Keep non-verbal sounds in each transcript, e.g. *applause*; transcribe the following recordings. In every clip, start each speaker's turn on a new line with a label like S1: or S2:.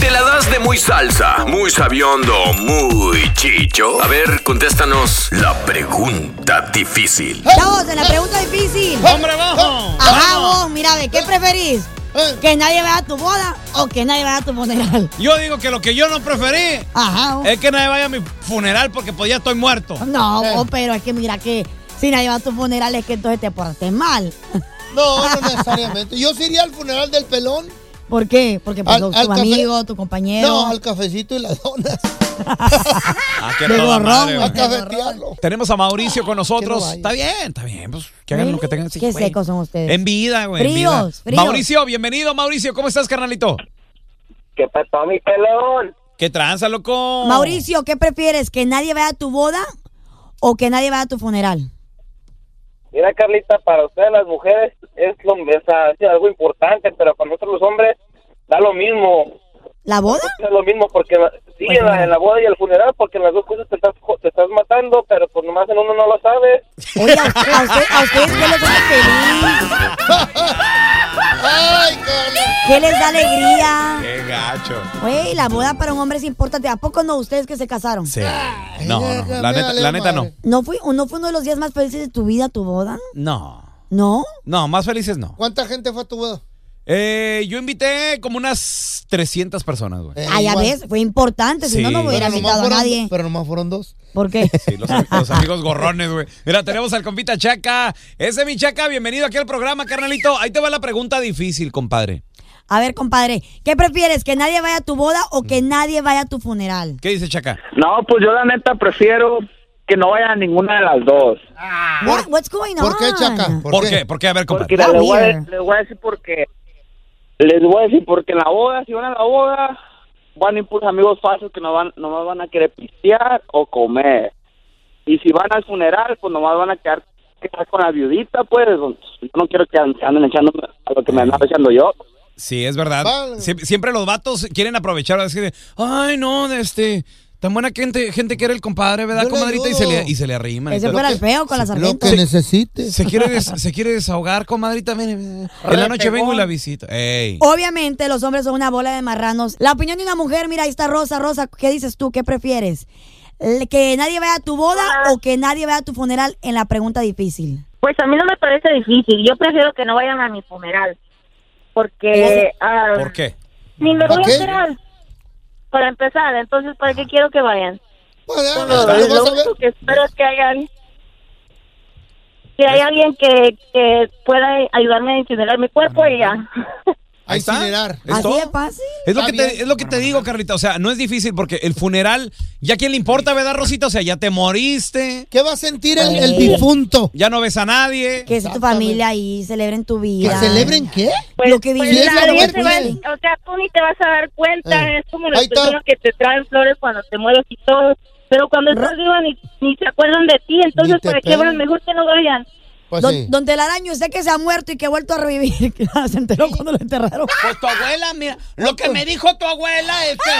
S1: ¿Te la das de muy salsa, muy sabiondo, muy chicho? A ver, contéstanos la pregunta difícil.
S2: Chavos, en la pregunta difícil.
S3: ¡Hombre bajo!
S2: Ajá, vos, mira, ¿de qué preferís? ¿Que nadie vaya a tu boda o que nadie vaya a tu funeral?
S3: Yo digo que lo que yo no preferí
S2: Ajá. vos.
S3: es que nadie vaya a mi funeral porque pues ya estoy muerto.
S2: No, vos, pero es que mira que si nadie va a tu funeral es que entonces te portaste mal. *laughs*
S4: No, no necesariamente. Yo sí iría al funeral del pelón.
S2: ¿Por qué? Porque pues,
S4: Al-
S2: tu
S4: al café-
S2: amigo, tu compañero.
S4: No, al cafecito y las donas.
S3: Ah, qué
S2: De
S3: toda
S2: gorrón,
S3: madre,
S4: A
S3: güey.
S4: cafetearlo.
S3: Tenemos a Mauricio con nosotros.
S4: Que no vaya.
S3: está bien, está bien. Pues que hagan lo que tengan. sí,
S2: Qué
S3: güey.
S2: secos son ustedes.
S3: En vida, güey. en
S2: Fríos,
S3: vida.
S2: fríos.
S3: Mauricio, bienvenido, Mauricio. ¿Cómo estás, carnalito?
S5: ¿Qué pasó, mi pelón?
S3: ¿Qué tranza, loco?
S2: Mauricio, ¿qué prefieres? ¿Que nadie vaya a tu boda o que nadie vaya a tu funeral?
S5: Mira, Carlita, para ustedes las mujeres es, lo, es, ah, es algo importante, pero para nosotros los hombres da lo mismo.
S2: ¿La boda?
S5: Es lo mismo porque la- sí,
S2: Pues
S5: en la,
S2: no.
S5: en la boda y el funeral, porque en las dos cosas te estás, jo- te estás matando, pero pues nomás en uno no lo sabes.
S2: Oye, a, usted- a usted- a ustedes qué les hace feliz,
S4: Ay, Carla.
S2: qué les da alegría.
S3: Qué gacho.
S2: Güey, la boda para un hombre es importante. ¿A poco no ustedes que se casaron?
S3: Sí. No,
S4: ya,
S3: no.
S4: ya,
S3: La
S4: me
S3: neta,
S4: vale
S3: la neta no.
S4: madre.
S2: ¿No fue, ¿No fue uno de los días más felices de tu vida tu boda?
S3: No.
S2: ¿No?
S3: No, más felices no.
S4: ¿Cuánta gente fue a tu boda?
S3: Eh, yo invité como unas 300 personas, güey.
S4: Eh,
S2: Ah, ya
S4: igual.
S2: ves, fue importante. Si no,
S3: Sí.
S2: no me hubiera
S4: Pero nomás
S2: invitado a
S4: fueron-
S2: nadie.
S4: Pero nomás fueron dos.
S2: ¿Por qué?
S3: Sí, los, los amigos gorrones, güey. Mira, tenemos al compita Chaca. Ese mi Chaca, bienvenido aquí al programa, carnalito. Ahí te va la pregunta difícil, compadre.
S2: *laughs* A ver, compadre, ¿qué prefieres? ¿Que nadie vaya a tu boda o que nadie vaya a tu funeral?
S3: ¿Qué dice Chaca?
S5: No, pues yo la neta prefiero que no vaya a ninguna de las dos.
S2: Ah, What, what's going on?
S4: ¿Por qué, Chaca?
S3: ¿Por, qué? ¿Por qué? A ver,
S5: Porque
S3: compadre.
S2: Ah,
S5: les, voy a,
S2: mira.
S5: les voy a decir porque les voy a decir porque en la boda, si van a la boda, van a ir puros amigos falsos que no van, nomás van a querer pistear o comer. Y si van al funeral, pues nomás van a quedar, quedar con la viudita, pues. Yo no quiero que and- anden echando a lo que me andaba echando yo.
S3: Sí, es verdad.
S4: Vale.
S3: Sie- siempre los vatos quieren aprovechar, así de, ay, no, de este, tan buena gente, gente que era el compadre, ¿verdad,
S4: Yo le
S3: comadrita? Y se le,
S4: ayudo.
S3: y se le arriman. y
S2: Ese
S3: todo.
S2: fuera el feo con la
S4: Lo
S2: sargento.
S4: que necesites.
S3: Se quiere, des- se quiere desahogar, comadrita. ven, ven. En la noche vengo y la visito. Ey.
S2: Oh. Obviamente los hombres son una bola de marranos. La opinión de una mujer, mira, ahí está Rosa, Rosa, ¿qué dices tú? ¿Qué prefieres? L- ¿Que nadie vaya a tu boda o que nadie vaya a tu funeral? En la pregunta difícil.
S6: Pues a mí no me parece difícil. Yo prefiero que no vayan a mi funeral. Porque. ah,
S3: ¿Por qué?
S6: Ni me voy
S4: ¿Para
S6: a
S4: qué?
S6: enterar. Para empezar, entonces, ¿para qué quiero que vayan?
S4: Bueno, Pues, ah,
S6: Lo,
S4: lo vas
S6: lo
S4: a ver.
S6: único que espero es que hayan. Que hay alguien que, que pueda ayudarme a incinerar mi cuerpo y ya. *laughs*
S4: A
S3: Ahí está.
S4: incinerar.
S3: ¿Es
S2: ¿Así
S3: todo?
S2: de fácil?
S3: Es lo, que
S4: Está
S3: te,
S4: bien.
S3: es lo que te digo, Carlita. O sea, no es difícil porque el funeral, ya quién le importa, ¿verdad, Rosita? O sea, ya te moriste,
S4: ¿Qué va a sentir el, el
S2: Ey.
S4: difunto?
S3: ya no ves a nadie.
S2: Que es tu familia ahí, celebren tu
S4: ¿Que
S2: vida.
S4: celebren qué?
S2: Lo que
S4: Sí,
S2: viviste
S4: es la
S2: lo que
S4: muerte,
S6: Pues, se
S2: tuviste.
S6: va- o sea, tú ni te vas a dar cuenta.
S4: Eh.
S6: Es como las
S4: Ahí está.
S6: personas que te traen flores cuando te mueres y todo. Pero cuando estás viva ni, ni se acuerdan de ti. Entonces,
S4: te
S6: ¿para qué
S4: pelan.
S6: van? Mejor que no vayan.
S4: Pues
S2: Don,
S4: sí.
S2: don Telaraño, usted que se ha muerto y que ha vuelto a revivir. *laughs* se enteró cuando lo enterraron.
S3: Pues tu abuela, mira, lo que me dijo tu abuela es que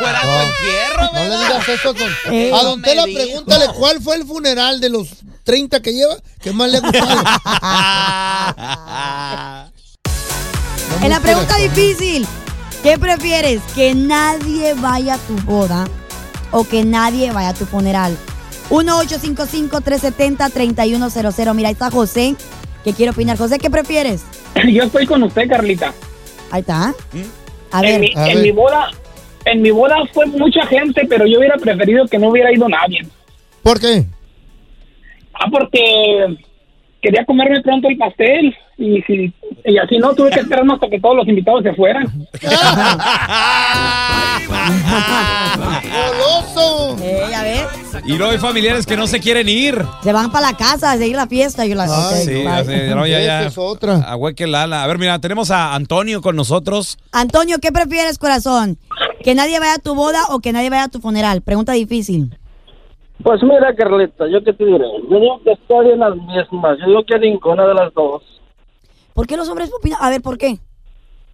S3: fuera
S4: No. Oh. No le digas eso a don,
S2: Ey.
S4: a don
S3: Eh, Me
S4: Tela.
S3: dijo.
S4: Pregúntale cuál fue el funeral de los 30 que lleva que más le ha gustado.
S3: *laughs*
S2: En la pregunta difícil, ¿qué prefieres? ¿Que nadie vaya a tu boda o que nadie vaya a tu funeral? 1-855-370-3100. Mira, ahí está José, que quiere opinar. José, ¿qué prefieres?
S5: *laughs* Yo estoy con usted, Carlita.
S2: Ahí está. A
S5: ¿Mm? en, mi,
S2: ver,
S4: a
S5: en
S4: ver.
S5: mi boda en mi boda fue mucha gente pero yo hubiera preferido que no hubiera ido nadie
S4: ¿Por qué?
S5: ah porque quería comerme pronto el pastel y si y así no tuve que esperarme hasta que todos los invitados se fueran
S4: ¡Goloso!
S2: eh, a ver.
S3: *laughs* Y luego hay familiares que no se quieren ir.
S2: Se van para la casa a seguir la fiesta. Yo la
S4: Ay,
S2: Ok,
S3: Ah, Sí,
S2: bye.
S3: ya sé, no, ya, ya.
S4: Esa es otra.
S3: Ahueque el ala. A ver, mira, tenemos a Antonio con nosotros.
S2: Antonio, ¿qué prefieres, corazón? ¿Que nadie vaya a tu boda o que nadie vaya a tu funeral? Pregunta difícil.
S5: pues mira Carlita yo qué te diré yo digo que estoy en las mismas yo digo que ninguna de las dos
S2: ¿Por qué los hombres opinan? A ver, ¿por qué?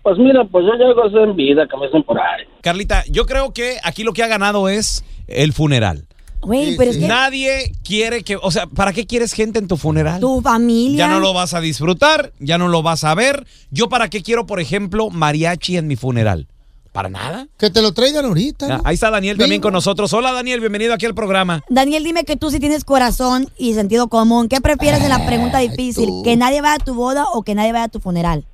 S5: pues mira pues yo llego a en vida que me hacen por ahí
S3: Carlita, yo creo que aquí lo que ha ganado es el funeral.
S2: Güey,
S4: Sí,
S2: pero
S4: sí.
S2: es que
S3: Nadie quiere que, o sea, ¿para qué quieres gente en tu funeral?
S2: tu familia...
S3: Ya no lo vas a disfrutar, ya no lo vas a ver. Yo para qué quiero, por ejemplo, mariachi en mi funeral. ¿Para nada?
S4: Que te lo traigan ahorita.
S3: Ya,
S4: ¿no?
S3: Ahí está Daniel también
S4: Vivo.
S3: con nosotros. Hola Daniel, bienvenido aquí al programa.
S2: Daniel, dime que tú si tienes corazón y sentido común, ¿qué prefieres en la pregunta difícil?
S4: tú.
S2: ¿Que nadie vaya a tu boda o que nadie vaya a tu funeral?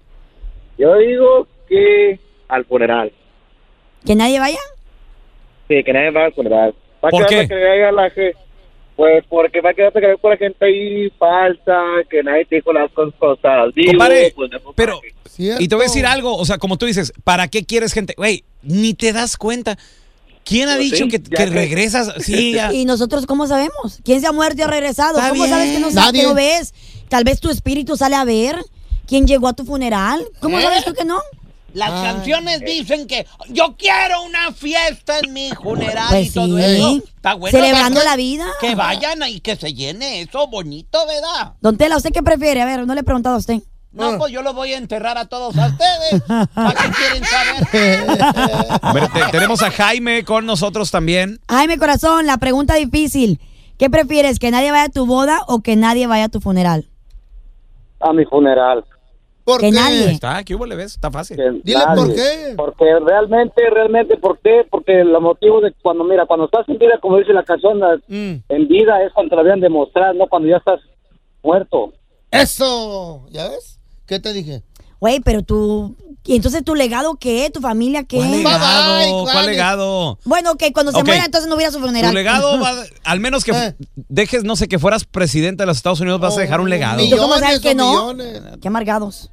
S5: Yo digo que al funeral.
S2: ¿Que nadie vaya?
S5: Sí, que nadie va al funeral. Va a
S3: ¿Por
S5: quedar
S3: qué?
S5: que vea la gente. Pues porque va a quedarse que vea con la gente ahí falsa, que nadie te dijo las cosas. cosas. Digo,
S3: Compadre,
S5: pues, no,
S3: pero...
S4: Cierto.
S3: Y te voy a decir algo, o sea, como tú dices, ¿para qué quieres gente? Güey, ni te das cuenta. ¿Quién ha
S5: Pues
S3: dicho
S5: sí,
S3: que,
S5: ya
S3: que
S5: sé. *laughs*
S3: regresas? Sí, ya.
S2: ¿Y nosotros cómo sabemos? ¿Quién se ha muerto y ha regresado?
S3: Está
S2: ¿Cómo
S3: bien.
S2: sabes que no, sabes
S4: Nadie.
S2: que no ves? Tal vez tu espíritu sale a ver quién llegó a tu funeral. ¿Cómo
S7: ¿Eh?
S2: sabes tú que no?
S7: Las canciones dicen que yo quiero una fiesta en mi funeral y
S2: Pues
S7: todo
S2: sí.
S7: eso. Está bueno.
S2: Celebrando
S7: ¿verdad?
S2: la vida.
S7: Que vayan y que se llene eso bonito, ¿verdad?
S2: Don Tela, ¿usted qué prefiere? A ver, no le he preguntado a usted.
S7: No, pues yo los voy a enterrar a todos a ustedes. ¿Para qué quieren
S3: *laughs*
S7: saber?
S3: A ver, te- tenemos a Jaime con nosotros también.
S2: Ay, mi corazón, la pregunta difícil. ¿Qué prefieres, que nadie vaya a tu boda o que nadie vaya a tu funeral?
S5: A mi funeral.
S4: ¿Por
S2: que
S4: qué?
S2: nadie.
S3: Está, ¿qué hubo le ves? Está fácil.
S5: que
S4: Dile
S5: nadie.
S4: por qué.
S5: Porque realmente, realmente, ¿por qué? Porque los motivos de cuando, mira, cuando estás en vida, como dice la canción, la-
S4: Mm.
S5: en vida es cuando te lo habían demostrado, no cuando ya estás muerto.
S4: Eso. ¿Ya ves? ¿Qué te dije?
S2: Güey, pero tú... ¿Y entonces tu legado qué? ¿Tu familia qué?
S3: ¿Cuál legado?
S4: Bye, bye,
S3: ¿Cuál
S4: Juanes.
S3: legado?
S2: Bueno, que cuando se
S3: Ok.
S2: muera entonces no hubiera su funeral.
S3: Tu legado va, al menos que
S4: Eh.
S3: dejes, no sé, que fueras presidente de los Estados Unidos, vas a dejar un legado.
S2: ¿Y tú cómo
S4: Oh, Millones
S2: sabes que
S4: o
S2: no?
S4: millones.
S2: *laughs* Qué amargados.